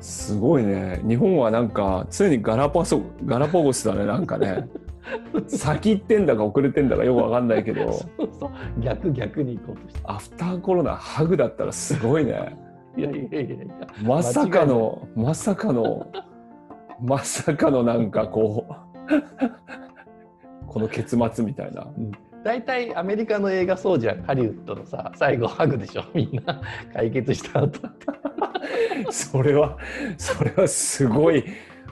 [SPEAKER 1] すごいね日本はなんか常にガラパソガラパゴスだねなんかね先行ってんだか遅れてんだかよくわかんないけど
[SPEAKER 2] そうそう逆逆に行こうとして
[SPEAKER 1] アフターコロナハグだったらすごいね。
[SPEAKER 2] いやいやいやいや
[SPEAKER 1] まさかの、まさかの、まさかのなんかこう、この結末みたいな。
[SPEAKER 2] 大体アメリカの映画そうじゃんハリウッドのさ最後ハグでしょみんな解決した後
[SPEAKER 1] それは、それはすごい、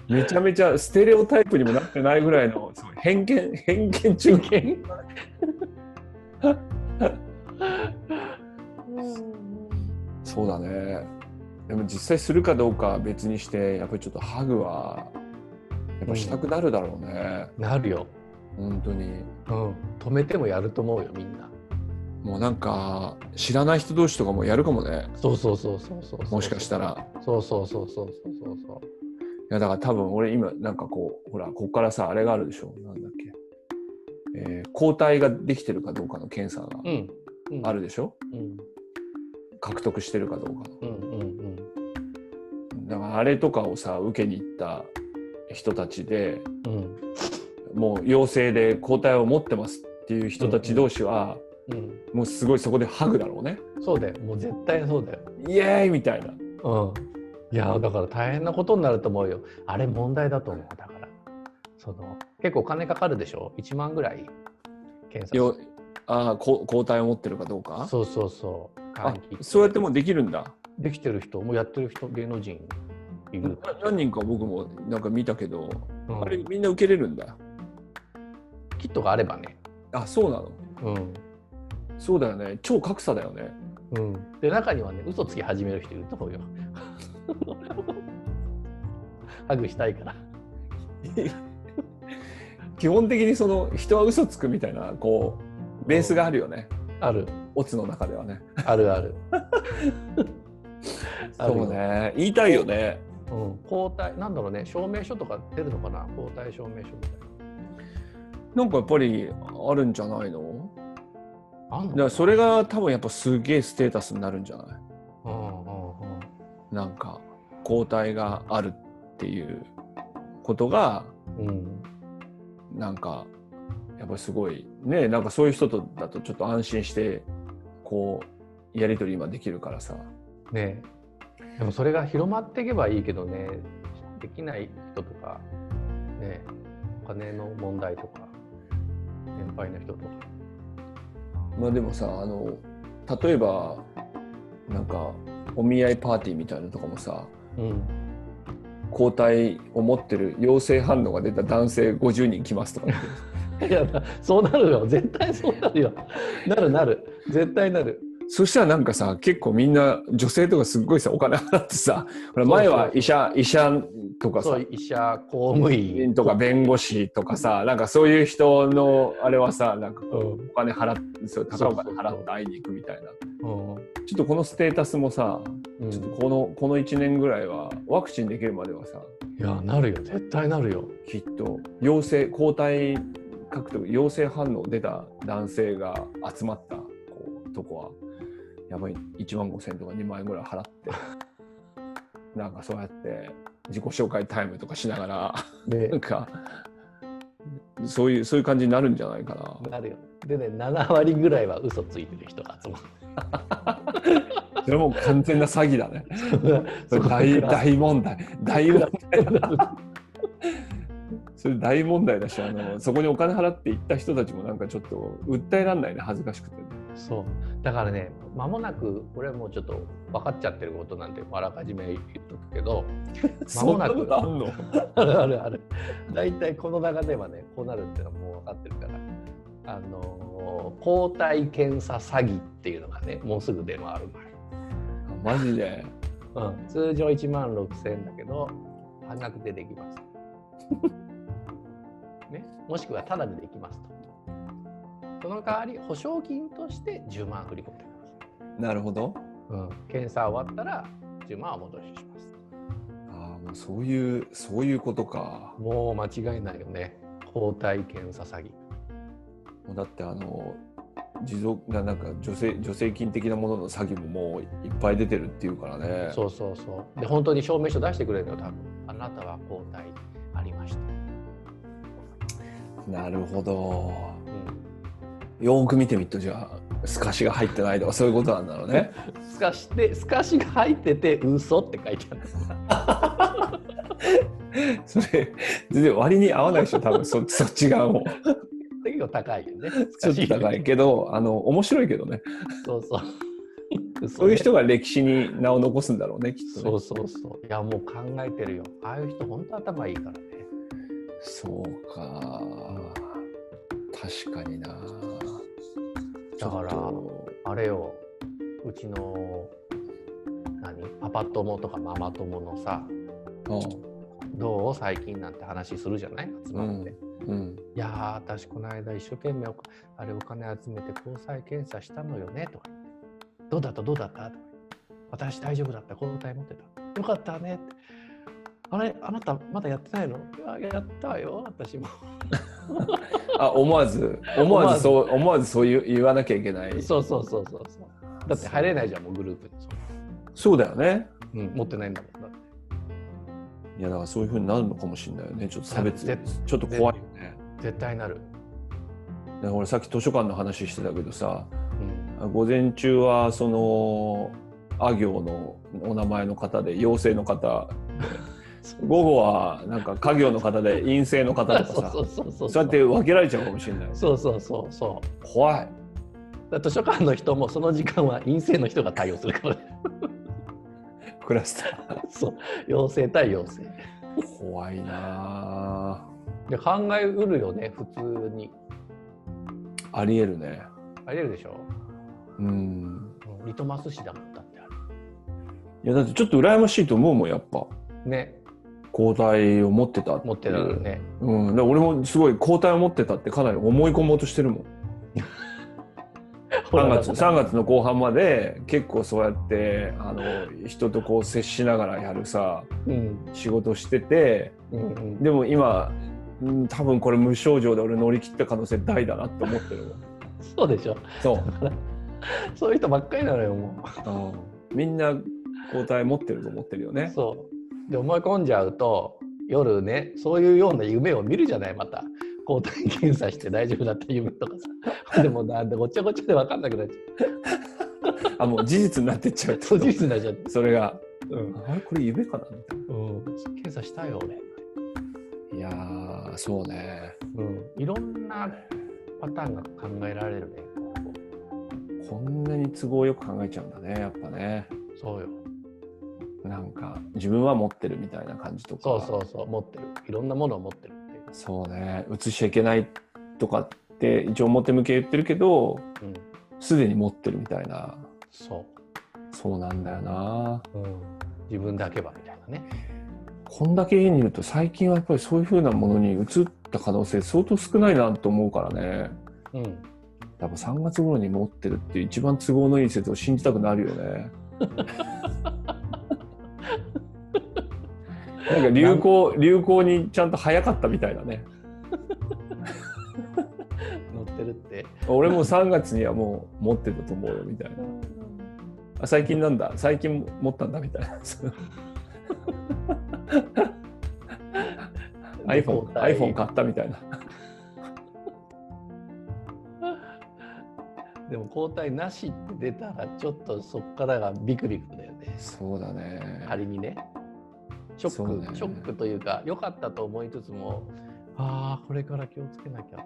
[SPEAKER 1] めちゃめちゃステレオタイプにもなってないぐらいの、すごい偏見、偏見中堅。そうだね。でも実際するかどうかは別にして、やっぱりちょっとハグは、やっぱしたくなるだろうね。
[SPEAKER 2] なるよ、
[SPEAKER 1] 本当に。
[SPEAKER 2] うん、止めてもやると思うよみんな
[SPEAKER 1] もうなんか知らない人同士とかもやるかもね
[SPEAKER 2] そうそうそうそうそうそう
[SPEAKER 1] もしかしたら
[SPEAKER 2] そうそうそうそうそうそうそう
[SPEAKER 1] いやだから多分俺今なんかこうほらこっからさあれがあるでしょなんだっけ、えー抗体ができてるかどうかの検査が
[SPEAKER 2] ん、うん、
[SPEAKER 1] あるでしょ、
[SPEAKER 2] うん
[SPEAKER 1] 獲得してるかどうか
[SPEAKER 2] うんうんう
[SPEAKER 1] の
[SPEAKER 2] ん
[SPEAKER 1] だからあれとかをさ受けに行った人たちで
[SPEAKER 2] うん
[SPEAKER 1] もう陽性で抗体を持ってますっていう人たち同士は、
[SPEAKER 2] うん
[SPEAKER 1] もうすごいそこでハグだろうね
[SPEAKER 2] そうだよもう絶対そうだよ
[SPEAKER 1] イエーイみたいな
[SPEAKER 2] うん、いやだから大変なことになると思うよあれ問題だと思うだからその結構お金かかるでしょ1万ぐらい検査
[SPEAKER 1] よあーこ抗体を持ってるかどうか
[SPEAKER 2] そうそうそう
[SPEAKER 1] あ
[SPEAKER 2] 換気
[SPEAKER 1] そうやってもうできるんだ
[SPEAKER 2] できてる人もうやってる人芸能人いる、
[SPEAKER 1] 何人か僕もなんか見たけど、
[SPEAKER 2] うん
[SPEAKER 1] あれみんな受けれるんだ
[SPEAKER 2] キットがあればね
[SPEAKER 1] あそうなの
[SPEAKER 2] うん、
[SPEAKER 1] そうだよね超格差だよね
[SPEAKER 2] うん、で中にはね嘘つき始める人いると思うよ (laughs) ハグしたいから
[SPEAKER 1] 基本的にその人は嘘つくみたいなこうベースがあるよね
[SPEAKER 2] ある
[SPEAKER 1] オツの中ではね
[SPEAKER 2] あるあるあるよ
[SPEAKER 1] そうね言いたいよね
[SPEAKER 2] うん、抗体なんだろうね証明書とか出るのかな抗体証明書みたい
[SPEAKER 1] なんかやっぱりあるんじゃないの
[SPEAKER 2] なあんの
[SPEAKER 1] だからそれが多分やっぱすげえステータスになるんじゃない
[SPEAKER 2] うんうんうん
[SPEAKER 1] なんか抗体があるっていうことが
[SPEAKER 2] うん
[SPEAKER 1] なんかやっぱりすごいねなんかそういう人とだとちょっと安心してこうやり取り今できるからさ
[SPEAKER 2] ねえでもそれが広まっていけばいいけどねできない人とかねえお金の問題とか、ね先輩の人とか
[SPEAKER 1] まあでもさあの例えばなんかお見合いパーティーみたいなのとかもさ
[SPEAKER 2] うん
[SPEAKER 1] 抗体を持ってる陽性反応が出た男性50人来ますとかね
[SPEAKER 2] いやそうなるよ絶対そうなるよなるなる絶対なる
[SPEAKER 1] そしたらなんかさ結構みんな女性とかすっごいさお金払ってさほら前は医者医者とか
[SPEAKER 2] そ
[SPEAKER 1] さ
[SPEAKER 2] う医者公務員
[SPEAKER 1] とか弁護士とかさなんかそういう人のあれはさなんかこ
[SPEAKER 2] うん
[SPEAKER 1] うお金払ってそう
[SPEAKER 2] そ
[SPEAKER 1] 高い
[SPEAKER 2] う
[SPEAKER 1] お
[SPEAKER 2] そうそ
[SPEAKER 1] 金
[SPEAKER 2] う
[SPEAKER 1] 払って会いに行くみたいな
[SPEAKER 2] うん
[SPEAKER 1] ちょっとこのステータスもさ
[SPEAKER 2] うん
[SPEAKER 1] ちょっとこのこの1年ぐらいはワクチンできるまではさ
[SPEAKER 2] いやなるよ絶対なるよ
[SPEAKER 1] きっと陽性抗体獲得陽性反応出た男性が集まったこうとこはやばい1万5,000とか2万円ぐらい払 (laughs) ってなんかそうやって自己紹介タイムとかしながら (laughs)
[SPEAKER 2] で
[SPEAKER 1] なんかそういうそういう感じになるんじゃないかな。
[SPEAKER 2] なるよでね7割ぐらいは嘘ついてる人が集ま
[SPEAKER 1] それはもう完全な詐欺だ (laughs) ね。
[SPEAKER 2] る (laughs)
[SPEAKER 1] それ
[SPEAKER 2] こ
[SPEAKER 1] 大
[SPEAKER 2] から
[SPEAKER 1] 大問題大問題それ大問題だしあのそこにお金払って行った人たちもなんかちょっと訴えられないね恥ずかしくて、
[SPEAKER 2] そうだからね間もなくこれはもうちょっと分かっちゃってることなんであらかじめ言っとくけど間
[SPEAKER 1] (laughs) そ
[SPEAKER 2] も
[SPEAKER 1] ん
[SPEAKER 2] な
[SPEAKER 1] な
[SPEAKER 2] く
[SPEAKER 1] ことあんの
[SPEAKER 2] (laughs) あるあるある大体この中ではねこうなるっていうのはもう分かってるからあのー抗体検査詐欺っていうのがねもうすぐ出回る
[SPEAKER 1] マジで
[SPEAKER 2] 前、うん、通常1万6000円だけど半額でできます (laughs) ね、もしくはタダでできますとその代わり保証金として10万振り込んでください
[SPEAKER 1] なるほど
[SPEAKER 2] うん、検査終わったら10万は戻しします
[SPEAKER 1] ああもうそういうそういうことか
[SPEAKER 2] もう間違いないよね抗体検査詐欺
[SPEAKER 1] もうだってあの持続ななんか助成助成金的なものの詐欺ももういっぱい出てるっていうからね
[SPEAKER 2] そうそうそうで本当に証明書出してくれるのよ多分あなたは抗体ありました、
[SPEAKER 1] なるほど
[SPEAKER 2] う
[SPEAKER 1] よーく見てみるとじゃあ透かしが入ってないとかそういうことなんだろうね
[SPEAKER 2] (laughs) ん、すかしてすかしが入ってて嘘って書いてある
[SPEAKER 1] それ全然割に合わないでしょ多分
[SPEAKER 2] (laughs)
[SPEAKER 1] そそっち側も
[SPEAKER 2] 結構高いよね
[SPEAKER 1] ちょっと高いけどあの面白いけどね
[SPEAKER 2] そうそう
[SPEAKER 1] そういう人が歴史に名を残すんだろうねきっとね
[SPEAKER 2] そうそうそういやもう考えてるよああいう人本当頭いいからね
[SPEAKER 1] そうか確かにな
[SPEAKER 2] だから
[SPEAKER 1] ちょ
[SPEAKER 2] あれようちの何パパ友とかママ友のさ
[SPEAKER 1] っと
[SPEAKER 2] どう最近なんて話するじゃない集まって、い
[SPEAKER 1] うんうん
[SPEAKER 2] やー私この間一生懸命お金あれお金集めて交際検査したのよねとか言ってどうだったどうだったとか言って私大丈夫だった抗体持ってたよかったねってあれあなたまだやってないのいややったよ私も
[SPEAKER 1] あ思わず思わず
[SPEAKER 2] (laughs) 思
[SPEAKER 1] そう思わずそう言言わなきゃいけない
[SPEAKER 2] (laughs) そうそうそうそうそうだって入れないじゃんもうグループにそう、
[SPEAKER 1] そうだよね
[SPEAKER 2] うん、持ってないんだもんだって
[SPEAKER 1] いやだからそういうふうになるのかもしれないよねちょっと差別
[SPEAKER 2] 絶
[SPEAKER 1] ちょっと怖いよね
[SPEAKER 2] 絶対なる、
[SPEAKER 1] だから俺さっき図書館の話してたけどさ
[SPEAKER 2] うん、
[SPEAKER 1] 午前中はそのあ行のお名前の方で陽性の方
[SPEAKER 2] (laughs)
[SPEAKER 1] 午後はなんか家業の方で陰性の方とかさ
[SPEAKER 2] そうそうそうそう
[SPEAKER 1] そうやって分けられちゃうかもしれない
[SPEAKER 2] そうそうそうそう
[SPEAKER 1] 怖い
[SPEAKER 2] だから図書館の人もその時間は陰性の人が対応するから (laughs) ね
[SPEAKER 1] クラスタ
[SPEAKER 2] そう陽性対陽性
[SPEAKER 1] ー怖いな
[SPEAKER 2] で考えうるよね普通に
[SPEAKER 1] あありえるね
[SPEAKER 2] ありえるでしょ
[SPEAKER 1] うん
[SPEAKER 2] うんリトマス紙だもんだってあ
[SPEAKER 1] いやだってちょっと羨ましいと思うもんやっぱ
[SPEAKER 2] れね
[SPEAKER 1] 抗体を持ってたっていう
[SPEAKER 2] 持ってたらね
[SPEAKER 1] うん、だから俺もすごい抗体を持ってたってかなり思い込もうとしてるもん3月3月の後半まで結構そうやってあの人とこう接しながらやるさ
[SPEAKER 2] うん
[SPEAKER 1] 仕事してて
[SPEAKER 2] うんうん
[SPEAKER 1] でも今うん多分これ無症状で俺乗り切った可能性大だなって思ってるわ
[SPEAKER 2] そうでしょ
[SPEAKER 1] (laughs) そう、
[SPEAKER 2] そういう人ばっかりなのよも
[SPEAKER 1] うん、みんな抗体持ってると思ってるよ
[SPEAKER 2] う
[SPEAKER 1] ね
[SPEAKER 2] そうで思い込んじゃうと夜ねそういうような夢を見るじゃないまた抗体検査して大丈夫だった夢とかさ (laughs) でもなんでごっちゃごちゃで分かんなくなっちゃ
[SPEAKER 1] あもう事実になってっちゃうっ
[SPEAKER 2] う
[SPEAKER 1] て
[SPEAKER 2] そ
[SPEAKER 1] こ
[SPEAKER 2] う
[SPEAKER 1] と
[SPEAKER 2] 事実になっちゃって
[SPEAKER 1] それが
[SPEAKER 2] うん
[SPEAKER 1] あれこれ夢かな
[SPEAKER 2] うん、検査したよ俺、
[SPEAKER 1] いやーそうね
[SPEAKER 2] うん、いろんなパターンが考えられるね今後
[SPEAKER 1] こんなに都合よく考えちゃうんだねやっぱね
[SPEAKER 2] そうよ
[SPEAKER 1] なんか自分は持ってるみたいな感じとか
[SPEAKER 2] そうそうそう持ってるいろんなものを持ってるっていう
[SPEAKER 1] そうね映しちゃいけないとかって一応表向け言ってるけど
[SPEAKER 2] うん
[SPEAKER 1] すでに持ってるみたいな
[SPEAKER 2] そ
[SPEAKER 1] そうなんだよな
[SPEAKER 2] う、うん、自分だけはみたいなね
[SPEAKER 1] こんだけ家にいると最近はやっぱりそういう風なものに移った可能性相当少ないなと思うからね
[SPEAKER 2] うん
[SPEAKER 1] 多分3月頃に持ってるっていう一番都合のいい説を信じたくなるよねなんか流行流行にちゃんと早かったみたいだね
[SPEAKER 2] 乗ってるって
[SPEAKER 1] 俺も3月にはもう持ってたと思うよみたいなあ最近なんだ最近持ったんだみたいな iPhone, iPhone 買ったみたいな
[SPEAKER 2] でも交代なしって出たらちょっとそっからがビクビクだよね
[SPEAKER 1] そうだね
[SPEAKER 2] 仮にねショ
[SPEAKER 1] そう
[SPEAKER 2] ッ
[SPEAKER 1] だ
[SPEAKER 2] ク、
[SPEAKER 1] よね
[SPEAKER 2] ショックというか良かったと思いつつもああこれから気をつけなきゃ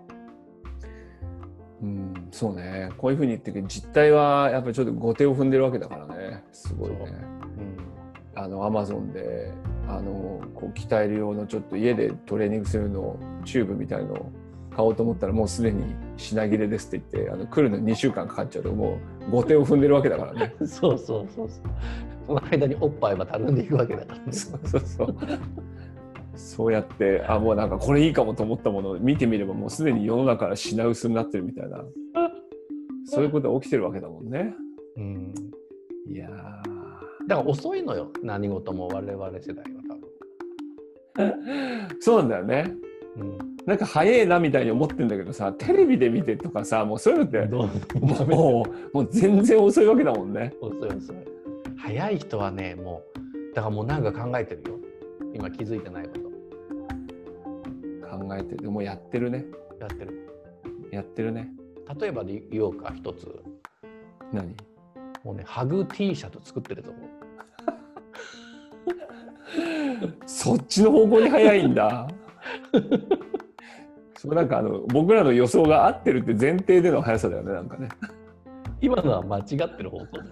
[SPEAKER 1] うんそうねこういうふうに言ってるけど実態はやっぱりちょっと後手を踏んでるわけだからねすごいね
[SPEAKER 2] そううん
[SPEAKER 1] あのアマゾンであのこう鍛える用のちょっと家でトレーニングするのをチューブみたいのを買おうと思ったらもうすでに品切れですって言ってあの来るのに2週間かかっちゃうともう後手を踏んでるわけだから
[SPEAKER 2] (laughs)
[SPEAKER 1] ね
[SPEAKER 2] そうそうそうそう。その間におっぱいはたるんでいくわけだからね。
[SPEAKER 1] そうそうそうそうやってあもうなんかこれいいかもと思ったものを見てみればもうすでに世の中が品薄になってるみたいなそういうことが起きてるわけだもんね
[SPEAKER 2] うん。
[SPEAKER 1] いやー
[SPEAKER 2] だから遅いのよ、何事も我々世代は
[SPEAKER 1] そうなんだよね
[SPEAKER 2] 多分。
[SPEAKER 1] なんか早いなみたいに思ってんだけどさテレビで見てとかさもうそういうのって
[SPEAKER 2] うん。ど (laughs)
[SPEAKER 1] もう
[SPEAKER 2] う
[SPEAKER 1] もうもう全然遅いわけだもんね。
[SPEAKER 2] 遅い遅い。早い人はね、もう、だからもうなんか考えてるよ。今気づいてないこと。
[SPEAKER 1] 考えてでもやってるね
[SPEAKER 2] やってる。
[SPEAKER 1] やってるね。
[SPEAKER 2] 例えばで言おうか、一つ。
[SPEAKER 1] 何
[SPEAKER 2] もうね、ハグ T シャツ作ってると思う。
[SPEAKER 1] そっちの方向に早いんだ。 (laughs) そうなんかあの僕らの予想が合ってるって前提での速さだよねなんかね。
[SPEAKER 2] 今のは間違ってる方向だ。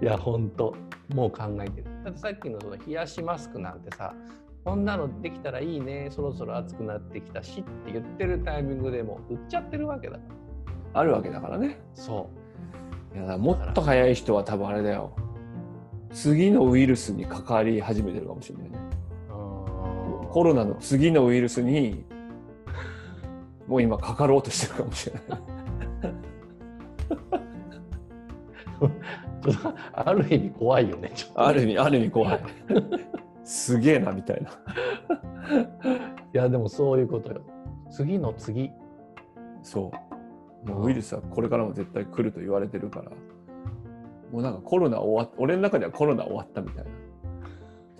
[SPEAKER 2] いや本当もう考えてるだってさっきのその冷やしマスクなんてさこんなのできたらいいねそろそろ暑くなってきたしって言ってるタイミングでもう売っちゃってるわけだから
[SPEAKER 1] あるわけだからね。
[SPEAKER 2] そ
[SPEAKER 1] いやだからもっと早い人は多分あれだよ。次のウイルスに関わり始めてるかもしれないね。
[SPEAKER 2] ううん
[SPEAKER 1] コロナの次のウイルスにもう今かかろうとしてるかもしれない。
[SPEAKER 2] ちょっと (laughs) ある意味怖いよねちょっと
[SPEAKER 1] ある意味ある意味怖いすげえなみたいない
[SPEAKER 2] やでもそういうことよ次の次
[SPEAKER 1] そうもうウイルスはこれからも絶対来ると言われてるからもうなんかコロナ終わっ俺の中ではコロナ終わったみたいな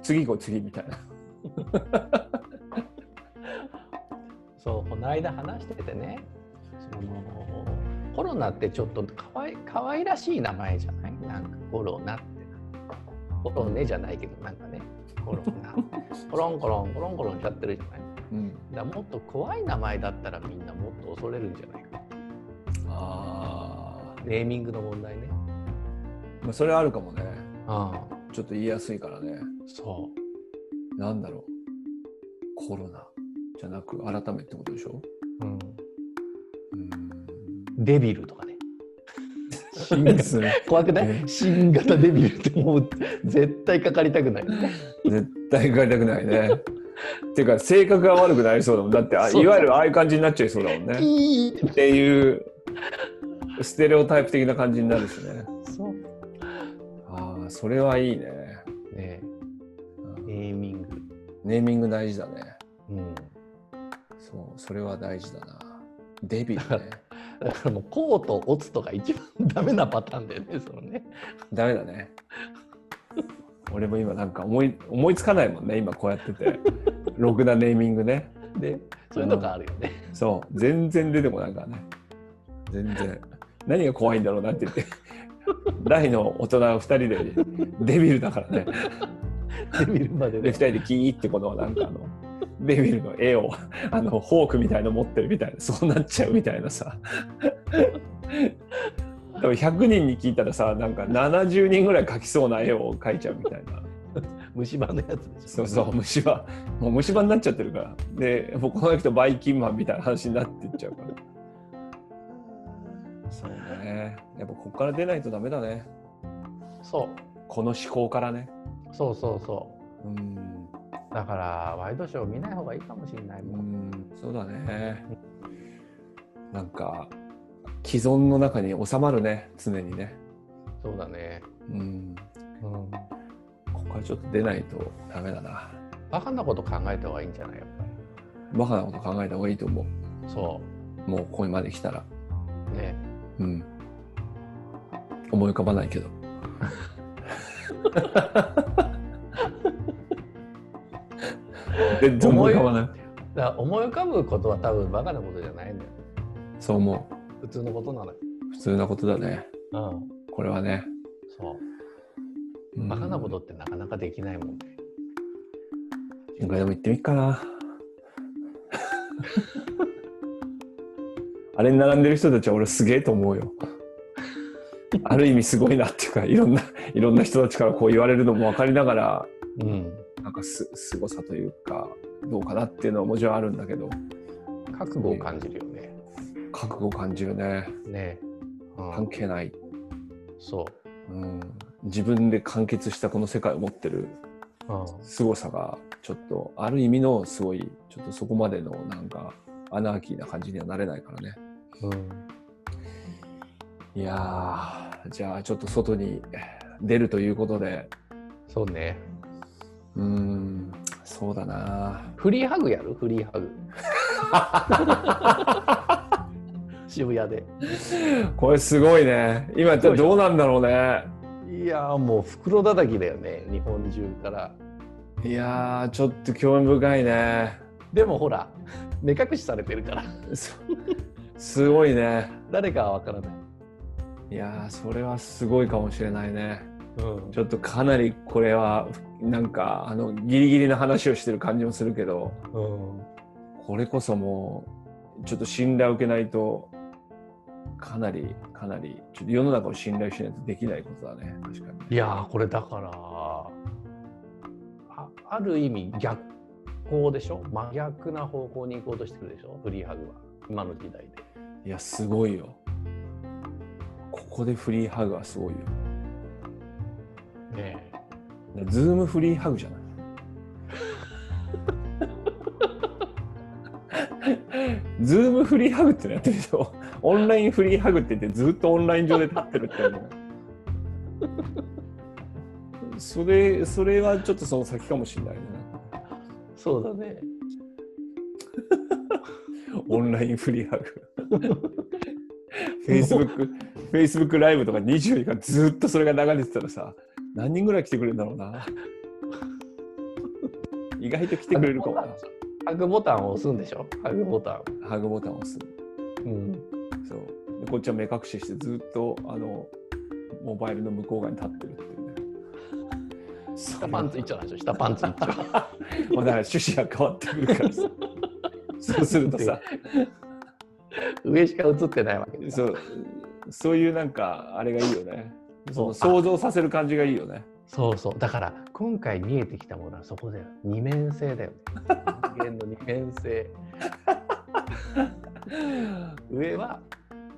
[SPEAKER 1] 次行こう次みたいな
[SPEAKER 2] そうこの間話しててねそのコロナってちょっとかわいかわいらしい名前じゃないなんかコロナってコロネじゃないけどなんかねコロナ (laughs) コロンコロンコロンコロンしちゃってるじゃない
[SPEAKER 1] うん
[SPEAKER 2] だからもっと怖い名前だったらみんなもっと恐れるんじゃないか
[SPEAKER 1] あ
[SPEAKER 2] ネーミングの問題ね
[SPEAKER 1] あそれはあるかもね
[SPEAKER 2] ああ
[SPEAKER 1] ちょっと言いやすいからね
[SPEAKER 2] そ
[SPEAKER 1] なんだろうコロナじゃなく改めってことでしょ
[SPEAKER 2] う、うん、
[SPEAKER 1] (laughs) うん
[SPEAKER 2] デビルとかね
[SPEAKER 1] 新月
[SPEAKER 2] 怖くな
[SPEAKER 1] ね
[SPEAKER 2] い新型デビルってもう絶対かかりたくない
[SPEAKER 1] 絶対帰りたくないね。っていうか性格が悪くなりそうだもんだってあ
[SPEAKER 2] そう
[SPEAKER 1] いわゆるああいう感じになっちゃいそうだもんね。
[SPEAKER 2] いい
[SPEAKER 1] っていうステレオタイプ的な感じになるしね。
[SPEAKER 2] そう
[SPEAKER 1] ああそれはいいね。
[SPEAKER 2] ね
[SPEAKER 1] うん
[SPEAKER 2] ネーミング
[SPEAKER 1] ネーミング大事だね。
[SPEAKER 2] うん
[SPEAKER 1] そうそれは大事だな。デビル (laughs) ね。
[SPEAKER 2] だからもうコートオツとか一番ダメなパターンだよねそのね
[SPEAKER 1] ダメだね。俺も今なんか思い思いつかないもんね今こうやってて。ろくなネーミングね。
[SPEAKER 2] でそういうのがあるよね
[SPEAKER 1] そう全然出てこないからね全然何が怖いんだろうなって言って大の大人2人でデビルだからね
[SPEAKER 2] デビルまで
[SPEAKER 1] で2
[SPEAKER 2] ね
[SPEAKER 1] 人でキーってこのなんかあのベイビルの絵をあのフォークみたいの持ってるみたいなそうなっちゃうみたいなさ多分100人に聞いたらさなんか70人ぐらい描きそうな絵を描いちゃうみたいな
[SPEAKER 2] 虫歯のやつでしょ
[SPEAKER 1] そうそう虫歯もう虫歯になっちゃってるからでもうこの人バイキンマンみたいな話になっていっちゃうからそうねやっぱここから出ないとダメだね
[SPEAKER 2] そう
[SPEAKER 1] この思考からね
[SPEAKER 2] そうそうそ
[SPEAKER 1] うん
[SPEAKER 2] うだからワイドショー見ない方がいいかもしれないも、
[SPEAKER 1] うんんそうだねなんか既存の中に収まるね常にね
[SPEAKER 2] そうだね、
[SPEAKER 1] うん
[SPEAKER 2] うん、
[SPEAKER 1] ここからちょっと出ないとダメだな
[SPEAKER 2] バカなこと考えた方がいいんじゃないやっぱ
[SPEAKER 1] バカなこと考えた方がいいと思
[SPEAKER 2] りそう
[SPEAKER 1] もうここまで来たら
[SPEAKER 2] うね
[SPEAKER 1] うん思い浮かばない (laughs) けど全然思い浮かばない
[SPEAKER 2] だから思い浮かぶことは多分バカなことじゃないんだよ
[SPEAKER 1] そう思
[SPEAKER 2] 普通のことなのよ
[SPEAKER 1] う普通なことだね
[SPEAKER 2] うん
[SPEAKER 1] これはね
[SPEAKER 2] そう
[SPEAKER 1] うん
[SPEAKER 2] バカなことってなかなかできないもんね
[SPEAKER 1] なんかでも行ってみっかな。 (laughs) あれに並んでる人たちは俺すげえと思うよ。ある意味すごいなっていうかいろんないろんな人たちからこう言われるのも分かりながら
[SPEAKER 2] うん
[SPEAKER 1] なんかすすごさというかどうかなっていうのはもちろんあるんだけど
[SPEAKER 2] 覚悟を感じるよね
[SPEAKER 1] 覚悟を感じるね
[SPEAKER 2] ねうん
[SPEAKER 1] 関係ない、
[SPEAKER 2] そ
[SPEAKER 1] うん、自分で完結したこの世界を持ってる
[SPEAKER 2] う、うん、
[SPEAKER 1] 凄さがちょっとある意味のすごいちょっとそこまでのなんかアナーキーな感じにはなれないからね。
[SPEAKER 2] うん、
[SPEAKER 1] いやーじゃあちょっと外に出るということで
[SPEAKER 2] そうね
[SPEAKER 1] うーんそうだな
[SPEAKER 2] フリーハグやるフリーハグ
[SPEAKER 1] (laughs)
[SPEAKER 2] 渋谷で
[SPEAKER 1] これすごいね今やったらどうなんだろうね
[SPEAKER 2] いやーもう袋叩きだよね日本中から
[SPEAKER 1] いやーちょっと興味深いね
[SPEAKER 2] でもほら目隠しされてるから
[SPEAKER 1] そすごいね
[SPEAKER 2] 誰かはわからない、
[SPEAKER 1] いやーそれはすごいかもしれないね
[SPEAKER 2] うん
[SPEAKER 1] ちょっとかなりこれはなんかあのギリギリな話をしてる感じもするけど
[SPEAKER 2] うん、
[SPEAKER 1] これこそもうちょっと信頼を受けないとかなりかなりちょっと世の中を信頼しないとできないことだね確かに
[SPEAKER 2] いやーこれだからあある意味逆行でしょ真逆な方向に行こうとしてるでしょフリーハグは今の時代で
[SPEAKER 1] いやすごいよここでフリーハグはすごいよ
[SPEAKER 2] ね
[SPEAKER 1] ズームフリーハグじゃないズームフリーハグってのやってるでしょオンラインフリーハグって言ってずっとオンライン上で立ってるってのそれそれはちょっとその先かもしれないな
[SPEAKER 2] そうだね
[SPEAKER 1] オンラインフリーハグ。Facebook、Facebook ライブとか24時間ずっとそれが流れてたらさ、何人ぐらい来てくれるんだろうな。意外と来てくれるかも
[SPEAKER 2] ハグボタンを押すんでしょハグボタ
[SPEAKER 1] な。ハグボタンを押す。
[SPEAKER 2] ン、うん、
[SPEAKER 1] そう。でこっちは目隠ししてずっとあのモバイルの向こう側に立ってるっていうね。
[SPEAKER 2] 下パンツいっちゃうでしょ下パンツいっちゃ (laughs) う
[SPEAKER 1] まあだから趣旨が変わってくるから
[SPEAKER 2] (laughs)
[SPEAKER 1] さ。そうするとさ。
[SPEAKER 2] 上しか映ってないわけです
[SPEAKER 1] そうそういうなんかあれがいいよね。そ
[SPEAKER 2] そう
[SPEAKER 1] の想像させる感じがいいよね。
[SPEAKER 2] そうそうだから今回見えてきたものはそこだよ二面性だよね人間の二面性上は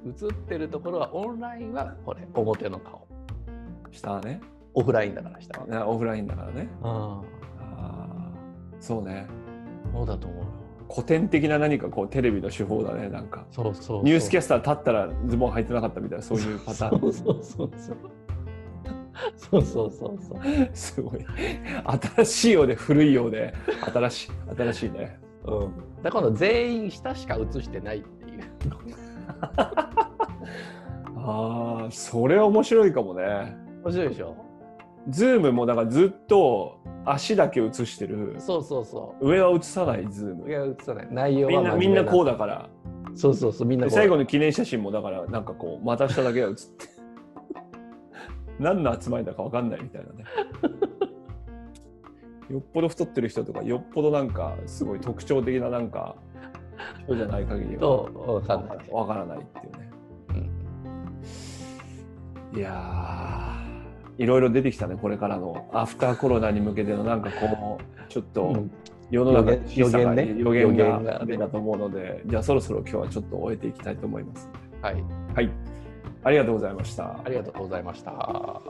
[SPEAKER 2] 映ってるところはオンラインはこれ表の顔
[SPEAKER 1] 下はね、
[SPEAKER 2] オフラインだから下は
[SPEAKER 1] なオフラインだからね。
[SPEAKER 2] あ
[SPEAKER 1] あーそうね。
[SPEAKER 2] あそうだと思うよ
[SPEAKER 1] 古典的な何かこうテレビの手法だね。なんか
[SPEAKER 2] そうそうそう
[SPEAKER 1] ニュースキャ
[SPEAKER 2] ス
[SPEAKER 1] スター立ったらズボン履いてなかったみたいなそういうパター
[SPEAKER 2] そ
[SPEAKER 1] ン。
[SPEAKER 2] うそうそうそうそうそうそうそう
[SPEAKER 1] すごい。新しいようで古いようで新しい新しいね。
[SPEAKER 2] うん、だから今度全員下しか映してないっていう
[SPEAKER 1] ああそれは面白いかもね。
[SPEAKER 2] 面白いでしょ
[SPEAKER 1] ズームもだからずっと足だけ映してる。
[SPEAKER 2] そうそうそ
[SPEAKER 1] 上は映さないズーム
[SPEAKER 2] うい。や映さない内容
[SPEAKER 1] み
[SPEAKER 2] は
[SPEAKER 1] んなみんなこう
[SPEAKER 2] だ
[SPEAKER 1] だから
[SPEAKER 2] そうそうそうみんな
[SPEAKER 1] で
[SPEAKER 2] こう
[SPEAKER 1] 最後の記念写真もだからなんかこう股下だけが写って (laughs) 何の集まりだか分かんないみたいなね (laughs) よっぽど太ってる人とかよっぽどなんかすごい特徴的ななんか人じゃない限りは
[SPEAKER 2] と分かんない
[SPEAKER 1] わからないっていうね、いやーいろいろ出てきたねこれからのアフターコロナに向けてのなんかこうちょっと
[SPEAKER 2] うん
[SPEAKER 1] 世の中の
[SPEAKER 2] 予言
[SPEAKER 1] 小さな
[SPEAKER 2] 予言ね
[SPEAKER 1] 予言
[SPEAKER 2] 予言
[SPEAKER 1] が
[SPEAKER 2] が
[SPEAKER 1] 出たと思うのでじゃあそろそろ今日はちょっと終えていきたいと思います
[SPEAKER 2] はい
[SPEAKER 1] はいありがとうございました
[SPEAKER 2] ありがとうございました。